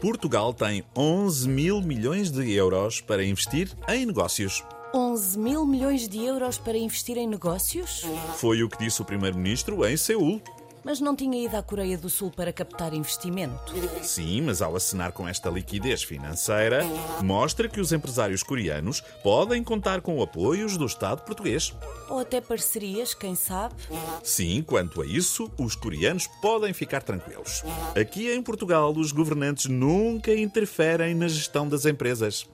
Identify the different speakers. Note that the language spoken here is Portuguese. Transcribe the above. Speaker 1: Portugal tem 11 mil milhões de euros para investir em negócios.
Speaker 2: 11 mil milhões de euros para investir em negócios?
Speaker 1: Foi o que disse o Primeiro-Ministro em Seul.
Speaker 2: Mas não tinha ido à Coreia do Sul para captar investimento.
Speaker 1: Sim, mas ao assinar com esta liquidez financeira, mostra que os empresários coreanos podem contar com apoios do Estado português.
Speaker 2: Ou até parcerias, quem sabe?
Speaker 1: Sim, quanto a isso, os coreanos podem ficar tranquilos. Aqui em Portugal, os governantes nunca interferem na gestão das empresas.